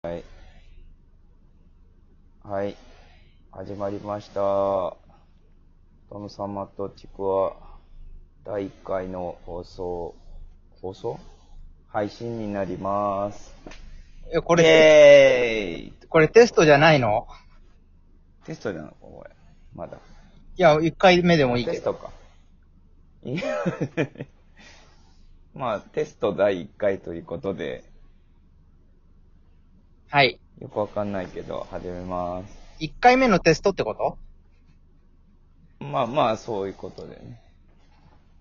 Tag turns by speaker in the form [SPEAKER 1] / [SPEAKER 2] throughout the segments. [SPEAKER 1] はい。はい。始まりました。トム様とちくわ第1回の放送、放送配信になります。
[SPEAKER 2] え、これ、
[SPEAKER 1] イェーイ
[SPEAKER 2] これテストじゃないの
[SPEAKER 1] テストなのか、これ。まだ。
[SPEAKER 2] いや、1回目でもいい
[SPEAKER 1] テ
[SPEAKER 2] け
[SPEAKER 1] スト
[SPEAKER 2] ど。
[SPEAKER 1] か。い やまあ、テスト第1回ということで、
[SPEAKER 2] はい。
[SPEAKER 1] よくわかんないけど、始めます。
[SPEAKER 2] 1回目のテストってこと
[SPEAKER 1] まあまあ、そういうことでね。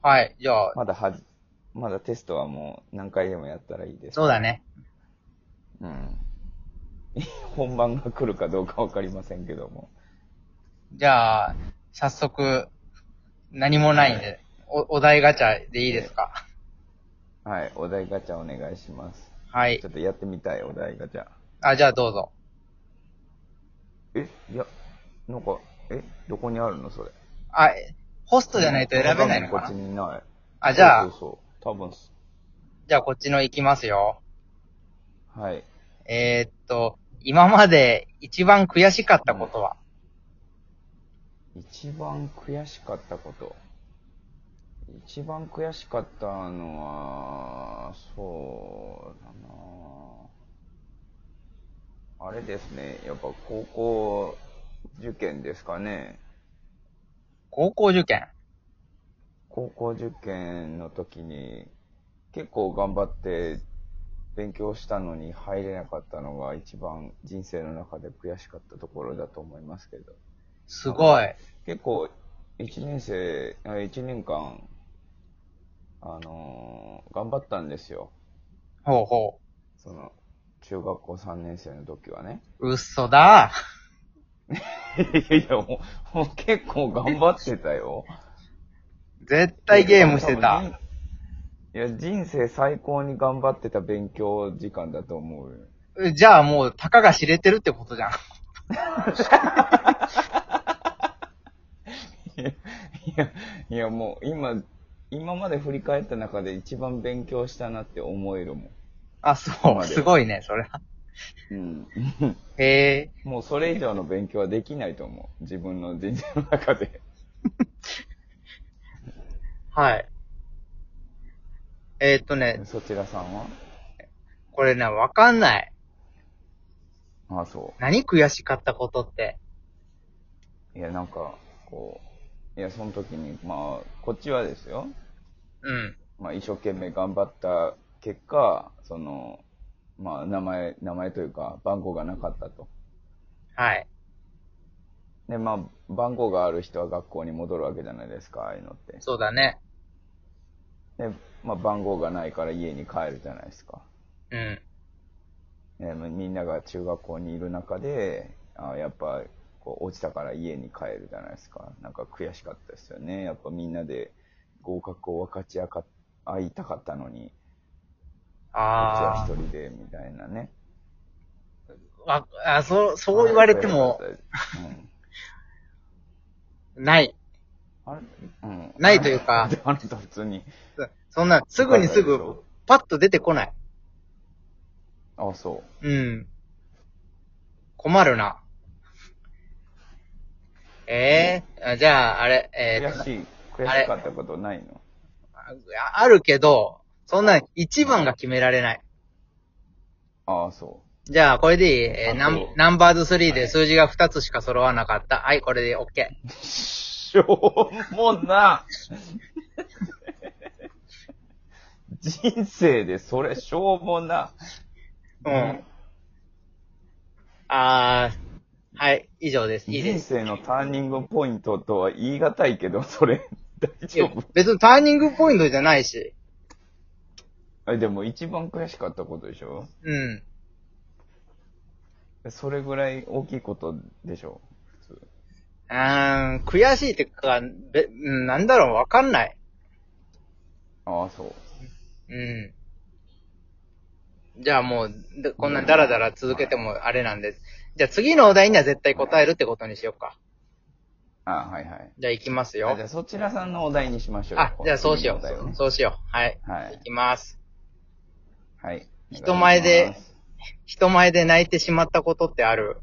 [SPEAKER 2] はい。じゃあ、
[SPEAKER 1] まだはじ、まだテストはもう何回でもやったらいいです。
[SPEAKER 2] そうだね。
[SPEAKER 1] うん。本番が来るかどうかわかりませんけども。
[SPEAKER 2] じゃあ、早速、何もないんで、お、お題ガチャでいいですか。
[SPEAKER 1] はい、お題ガチャお願いします。
[SPEAKER 2] はい
[SPEAKER 1] ちょ。っとやってみたい、お題ガチャ。
[SPEAKER 2] あ、じゃあどうぞ。
[SPEAKER 1] え、いや、なんか、え、どこにあるのそれ。
[SPEAKER 2] あ、えホストじゃないと選べないの
[SPEAKER 1] こ
[SPEAKER 2] か
[SPEAKER 1] っち
[SPEAKER 2] な
[SPEAKER 1] にない。
[SPEAKER 2] あ、じゃ
[SPEAKER 1] そう
[SPEAKER 2] あ、
[SPEAKER 1] そうそう。多分す、
[SPEAKER 2] じゃあこっちの行きますよ。
[SPEAKER 1] はい。
[SPEAKER 2] えーっと、今まで一番悔しかったことは、
[SPEAKER 1] 一番悔しかったこと。一番悔しかったのは、そうだなあれですね、やっぱ高校受験ですかね。
[SPEAKER 2] 高校受験。
[SPEAKER 1] 高校受験の時に結構頑張って勉強したのに入れなかったのが一番人生の中で悔しかったところだと思いますけど。
[SPEAKER 2] すごい。
[SPEAKER 1] 結構、一年生、あ一年間、あのー頑張ったんですよ。
[SPEAKER 2] ほうほ
[SPEAKER 1] その、中学校3年生の時はね。
[SPEAKER 2] う。嘘だ。
[SPEAKER 1] いやいや、もう、もう結構頑張ってたよ。
[SPEAKER 2] 絶対ゲームしてた。
[SPEAKER 1] いや、人生最高に頑張ってた勉強時間だと思うよ。
[SPEAKER 2] じゃあもう、たかが知れてるってことじゃん。
[SPEAKER 1] いや、いやいやもう今、今まで振り返った中で一番勉強したなって思えるもん。
[SPEAKER 2] あ、
[SPEAKER 1] ここ
[SPEAKER 2] そ
[SPEAKER 1] ま
[SPEAKER 2] う。
[SPEAKER 1] です
[SPEAKER 2] ごいね、それは。
[SPEAKER 1] うん。
[SPEAKER 2] へえ。
[SPEAKER 1] もうそれ以上の勉強はできないと思う。自分の人生の中で。
[SPEAKER 2] はい。えーっとね、
[SPEAKER 1] そちらさんは
[SPEAKER 2] これね、わかんない。
[SPEAKER 1] ああ、そ
[SPEAKER 2] 何悔しかったことって。
[SPEAKER 1] う。いや、なんか、こう、いや、その時に、まあ、こっちはですよ。
[SPEAKER 2] うん。
[SPEAKER 1] まあ、一生懸命頑張った結果、その、まあ、名前、名前というか、番号がなかったと。
[SPEAKER 2] はい。
[SPEAKER 1] で、まあ、番号がある人は学校に戻るわけじゃないですか、ああいうのって。
[SPEAKER 2] そうだね。
[SPEAKER 1] で、まあ、番号がないから家に帰るじゃないですか。
[SPEAKER 2] うん。
[SPEAKER 1] ね、まあみんなが中学校にいる中で、あやっぱこう落ちたから家に帰るじゃないですか。なんか悔しかったですよね。やっぱみんなで合格を分かち合か合いたかったのに、こっちは
[SPEAKER 2] あ
[SPEAKER 1] 一人でみたいなね。
[SPEAKER 2] ー。わあ、そう、そう言われても
[SPEAKER 1] あ、れ。悔しかったです
[SPEAKER 2] ない。
[SPEAKER 1] うん、あれうん。
[SPEAKER 2] ないというか、
[SPEAKER 1] であなた普通に。
[SPEAKER 2] そんな、すぐにす
[SPEAKER 1] わかんないで
[SPEAKER 2] ぐ、パッと出てこない。
[SPEAKER 1] あ、そう。
[SPEAKER 2] うん。困るな。ええー、あじゃあ、あれ、えーっと
[SPEAKER 1] 悔しい、悔しかったことないの
[SPEAKER 2] ああるけど、そんな一番が決められない。
[SPEAKER 1] ああ、そ
[SPEAKER 2] じゃあ、これでいい、えーナ
[SPEAKER 1] あ
[SPEAKER 2] ン
[SPEAKER 1] そう
[SPEAKER 2] ナンバーズ3で数字が2つしか揃わなかった。はい、これで OK。
[SPEAKER 1] う。しょうもな人生でそれしょうもな。
[SPEAKER 2] うん。あー、はい、以上です。いいで
[SPEAKER 1] 人
[SPEAKER 2] す。
[SPEAKER 1] 生のターニングポイントとは言い難いけど、それ、大
[SPEAKER 2] い
[SPEAKER 1] 丈
[SPEAKER 2] や
[SPEAKER 1] 夫
[SPEAKER 2] 別にターニングポイントじゃないし。
[SPEAKER 1] あでも一番悔しかったことでしょ
[SPEAKER 2] うん。
[SPEAKER 1] それぐらい大きいことでしょ普通
[SPEAKER 2] あー、悔しいってか、べうんなんだろう、わかんない。
[SPEAKER 1] ああ、そう。
[SPEAKER 2] うん。じゃあもう、でこんなダラダラ続けてもあれなんで。じゃあ次のお題には絶対答えるってことにしようか。
[SPEAKER 1] ああはいはい。
[SPEAKER 2] じゃあ行きますよ
[SPEAKER 1] あじゃ。あそちらさんのお題にしましょう。
[SPEAKER 2] あ、じゃあそうし
[SPEAKER 1] こ
[SPEAKER 2] よ
[SPEAKER 1] っちのお題を
[SPEAKER 2] う。
[SPEAKER 1] ね
[SPEAKER 2] そうしよう。はい。
[SPEAKER 1] はい
[SPEAKER 2] いきます。
[SPEAKER 1] はい。
[SPEAKER 2] 人前で
[SPEAKER 1] お願いします
[SPEAKER 2] 人前で泣いてしまったことってあ る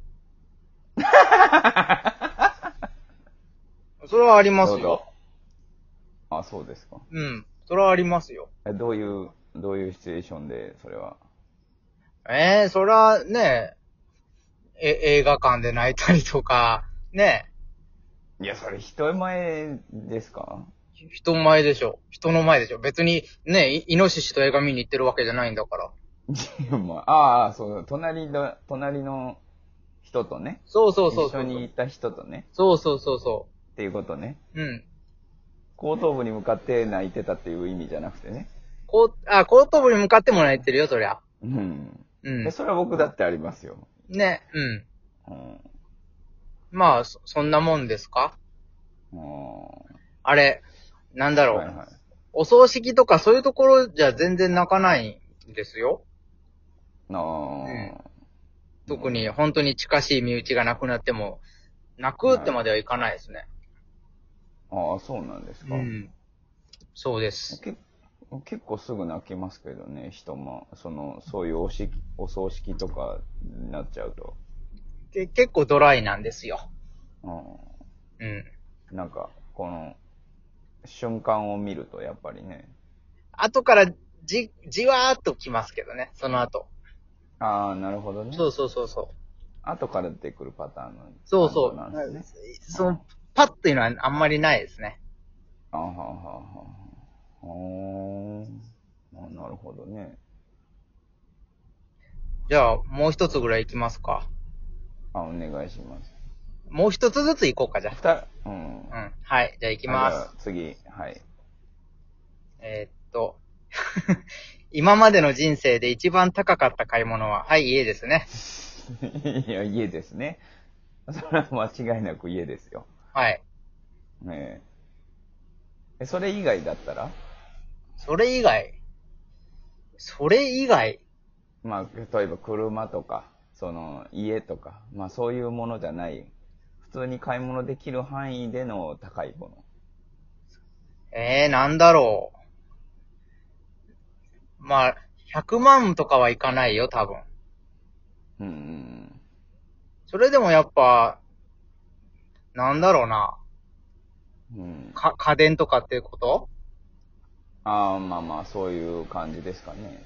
[SPEAKER 2] それはあります
[SPEAKER 1] どう
[SPEAKER 2] よ
[SPEAKER 1] ぞ。あ、そうですか。
[SPEAKER 2] うん。それはありますよ。
[SPEAKER 1] えどういう、どういうシチュエーションで、それは。
[SPEAKER 2] ええそれはね、え、映画館で泣いたりとか、ね、
[SPEAKER 1] いや、それ人前ですか
[SPEAKER 2] 人前でしょ。人の前でしょ。別にね、いイノシシと映画見に行ってるわけじゃないんだから。
[SPEAKER 1] い やまあ、ああ、そう、隣の、隣の人とね。
[SPEAKER 2] そうそうそうそう。
[SPEAKER 1] 一緒にいた人とね。
[SPEAKER 2] そうそうそうそ
[SPEAKER 1] っていうことね。
[SPEAKER 2] う。うん。
[SPEAKER 1] 後頭部に向かって泣いてたっていう意味じゃなくてね。
[SPEAKER 2] こう、あ、後頭部に向かっても泣いてるよ、そりゃ。
[SPEAKER 1] うん。
[SPEAKER 2] うん
[SPEAKER 1] で。それは僕だってありますよ。
[SPEAKER 2] ね、う
[SPEAKER 1] う
[SPEAKER 2] ん。
[SPEAKER 1] ん。
[SPEAKER 2] まあ、そ、そんなもんですか
[SPEAKER 1] うん
[SPEAKER 2] あれ、なんだろう、
[SPEAKER 1] はいはい。
[SPEAKER 2] お葬式とかそういうところじゃ全然泣かないんですよ。
[SPEAKER 1] あ
[SPEAKER 2] え
[SPEAKER 1] あ。
[SPEAKER 2] 特に本当に近しい身内が亡くなっても、泣くってまではいかないですね。
[SPEAKER 1] ああ、そうなんですか。
[SPEAKER 2] うん。そうです。
[SPEAKER 1] け結構すぐ泣きますけどね、人も。その、そういうおしお葬式とかになっちゃうと。
[SPEAKER 2] け結構ドライなんですよ。
[SPEAKER 1] う
[SPEAKER 2] うん。
[SPEAKER 1] ん。なんか、この、瞬間を見ると、やっぱりね。
[SPEAKER 2] 後からじ、じわーっと来ますけどね、その後。
[SPEAKER 1] ああ、なるほどね。
[SPEAKER 2] そうそうそうそう。
[SPEAKER 1] 後から出てくるパターンの、
[SPEAKER 2] そうそう。
[SPEAKER 1] なんですね。
[SPEAKER 2] その、パッというのはあんまりないですね。
[SPEAKER 1] あはははは。ほーんあなるほどね。
[SPEAKER 2] じゃあ、もう一つぐらい行きますか。
[SPEAKER 1] あ、お願いします。
[SPEAKER 2] もう一つずつ行こうか、じゃ
[SPEAKER 1] 二、うん。
[SPEAKER 2] あ。うん。はい。じゃあ行きま
[SPEAKER 1] はい
[SPEAKER 2] す
[SPEAKER 1] じゃ。あ次、はい。
[SPEAKER 2] えーっと。 今までの人生で一番高かった買い物は、はい、家ですね。
[SPEAKER 1] いや、家ですね。それは間違いなく家ですよ。
[SPEAKER 2] はい。
[SPEAKER 1] ねえ。え、それ以外だったら
[SPEAKER 2] それ以外。それ以外。
[SPEAKER 1] まあ、例えば車とか、その、家とか、まあそういうものじゃない。普通に買い物できる範囲での高いもの。
[SPEAKER 2] えー、なんだろう。まあ、100万とかはいかないよ、多分。
[SPEAKER 1] うんうん
[SPEAKER 2] それでもやっぱ、なんだろうな。
[SPEAKER 1] うん。うん。
[SPEAKER 2] か、家電とかってこと
[SPEAKER 1] ああ、まあまあ、そういう感じですかね。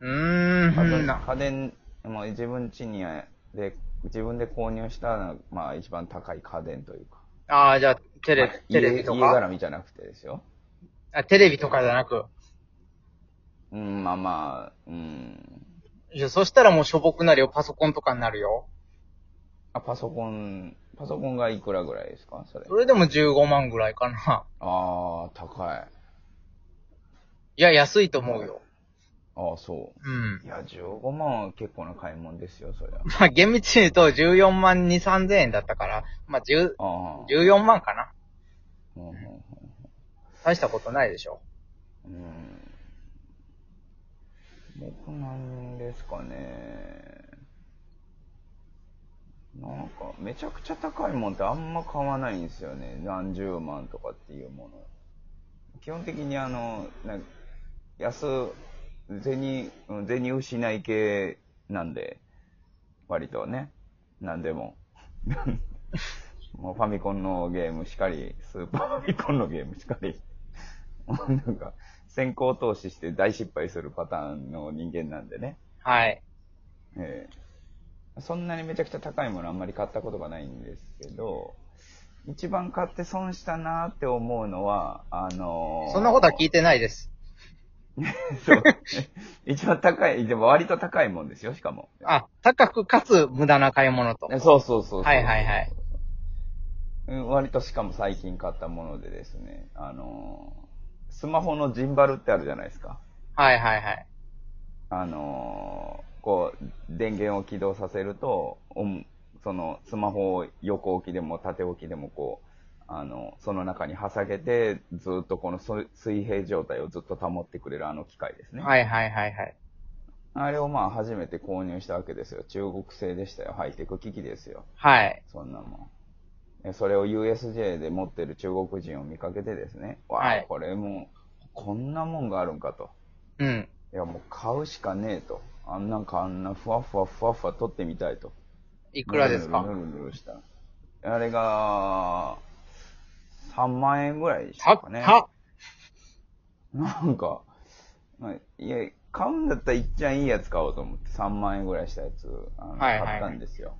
[SPEAKER 2] うー
[SPEAKER 1] 家
[SPEAKER 2] ん。
[SPEAKER 1] 電、
[SPEAKER 2] な
[SPEAKER 1] 家電もう自分家にあで、自分で購入した、まあ一番高い家電というか。
[SPEAKER 2] ああ、じゃあ、テレ、
[SPEAKER 1] まあ
[SPEAKER 2] テレビと
[SPEAKER 1] 家家絡
[SPEAKER 2] か
[SPEAKER 1] みじゃなくてですよ。
[SPEAKER 2] あ、テレビとかじゃなく。
[SPEAKER 1] うん、まあまあ、うん。
[SPEAKER 2] いや、そしたらもうしょぼくなるよ。パソコンとかになるよ。
[SPEAKER 1] あ、パソコン、パソコンがいくらぐらいですかそれ
[SPEAKER 2] そ。れでも15万ぐらいかな。
[SPEAKER 1] ああ、高い。
[SPEAKER 2] いや、安いと思うよ。
[SPEAKER 1] ああ、そうう。
[SPEAKER 2] ん。
[SPEAKER 1] いや、15万は結構な買い物ですよ、そりゃ。
[SPEAKER 2] まあ、厳密に言うと14万2、3000円だったから、まあ、10
[SPEAKER 1] ああ。
[SPEAKER 2] 14万かな。
[SPEAKER 1] うんうんうん
[SPEAKER 2] 大したことないでしょ。
[SPEAKER 1] うん。僕なんですかね。なんか、めちゃくちゃ高いもんってあんま買わないんですよね。何十万とかっていうもの。基本的にあの、なんか安、銭、うん銭失い系なんで、割とね、なんでも。 もうファミコンのゲームしかり、スーパーファミコンのゲームしかり。 もうなんか、先行投資して大失敗するパターンの人間なんでね。
[SPEAKER 2] はい。
[SPEAKER 1] ええそんなにめちゃくちゃ高いものあんまり買ったことがないんですけど、一番買って損したなーって思うのは、あのー
[SPEAKER 2] そんなことは聞いてないです。
[SPEAKER 1] そう。一番高い、でも割と高いもんですよ、しかも。
[SPEAKER 2] あ、高くかつ無駄な買い物と。
[SPEAKER 1] えそうそうそうそう。
[SPEAKER 2] はいはいはい
[SPEAKER 1] うん。割としかも最近買ったものでですね、あのースマホのジンバルってあるじゃないですか。
[SPEAKER 2] はいはいはい。
[SPEAKER 1] あのーこう、電源を起動させると、おんそのスマホを横置きでも縦置きでもこう、あの、その中に挟げて、ずっとこのそ水平状態をずっと保ってくれるあの機械ですね。
[SPEAKER 2] はいはいはいはい。
[SPEAKER 1] あれをまあ初めて購入したわけですよ。中国製でしたよ。ハイテク機器ですよ。
[SPEAKER 2] はい。
[SPEAKER 1] そんなもん。えそれを USJ で持ってる中国人を見かけてですね、わあ、
[SPEAKER 2] はい
[SPEAKER 1] これもう、こんなもんがあるんかと。
[SPEAKER 2] うん。
[SPEAKER 1] いや、もう買うしかねえと。あんなんかあんなふわふわふわふわ撮ってみたいと。
[SPEAKER 2] い
[SPEAKER 1] い
[SPEAKER 2] くらですか
[SPEAKER 1] ぬるぬるぬるぬるした。あれが、3万円ぐらいでした
[SPEAKER 2] は
[SPEAKER 1] か
[SPEAKER 2] っ、
[SPEAKER 1] ね。
[SPEAKER 2] は
[SPEAKER 1] なんか、まあ、いや、買うんだったらいっちゃんいいやつ買おうと思って、3万円ぐらいしたやつ、あの
[SPEAKER 2] はいはい
[SPEAKER 1] 買ったんですよ。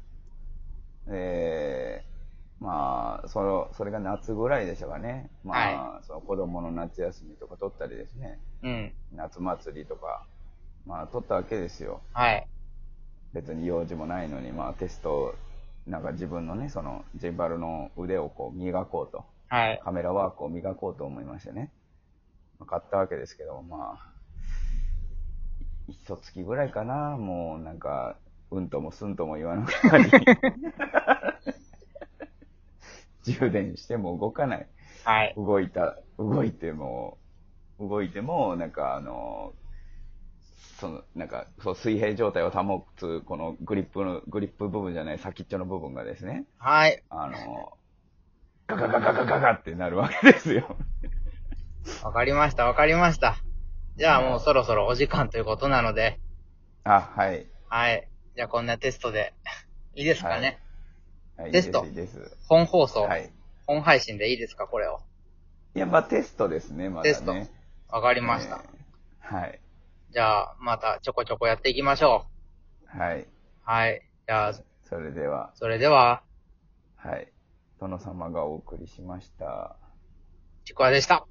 [SPEAKER 1] えまあ、その、それが夏ぐらいでしたかね。まあ、その子供の夏休みとか取ったりですね、
[SPEAKER 2] うん。
[SPEAKER 1] 夏祭りとか、まあ、取ったわけですよ。
[SPEAKER 2] はい。
[SPEAKER 1] 別に用事もないのに、まあ、テスト、なんか自分のね、その、ジンバルの腕をこう磨こうと。
[SPEAKER 2] はい。
[SPEAKER 1] カメラワークを磨こうと思いましてね。まあ買ったわけですけど、まあ、い一月ぐらいかな、もうなんか、うんともすんとも言わなくなり。充電しても動かない。
[SPEAKER 2] はい。
[SPEAKER 1] 動いた、動いても、動いても、なんかあの、その、なんか、そう、水平状態を保つ、このグリップの、グリップ部分じゃない先っちょの部分がですね、
[SPEAKER 2] はい。
[SPEAKER 1] あの、ガガガガガガガってなるわけですよ。
[SPEAKER 2] わかりました、わかりました。じゃあもうそろそろお時間ということなので、
[SPEAKER 1] あ、はい。
[SPEAKER 2] はい。じゃあこんなテストで、 いいですかね、
[SPEAKER 1] はい、
[SPEAKER 2] テスト
[SPEAKER 1] いいです。いいです
[SPEAKER 2] 本放送、
[SPEAKER 1] はい。
[SPEAKER 2] 本配信でいいですかこれを。
[SPEAKER 1] いや、まあテストですね、まだね。
[SPEAKER 2] テスト
[SPEAKER 1] え
[SPEAKER 2] わかり
[SPEAKER 1] ー
[SPEAKER 2] ました。
[SPEAKER 1] はい。
[SPEAKER 2] じゃあ、またちょこちょこやっていきましょ
[SPEAKER 1] はい。
[SPEAKER 2] う。はい。じゃあ、
[SPEAKER 1] それでは、
[SPEAKER 2] それでは、
[SPEAKER 1] はい。殿様がお送りしました。
[SPEAKER 2] ちくわでした。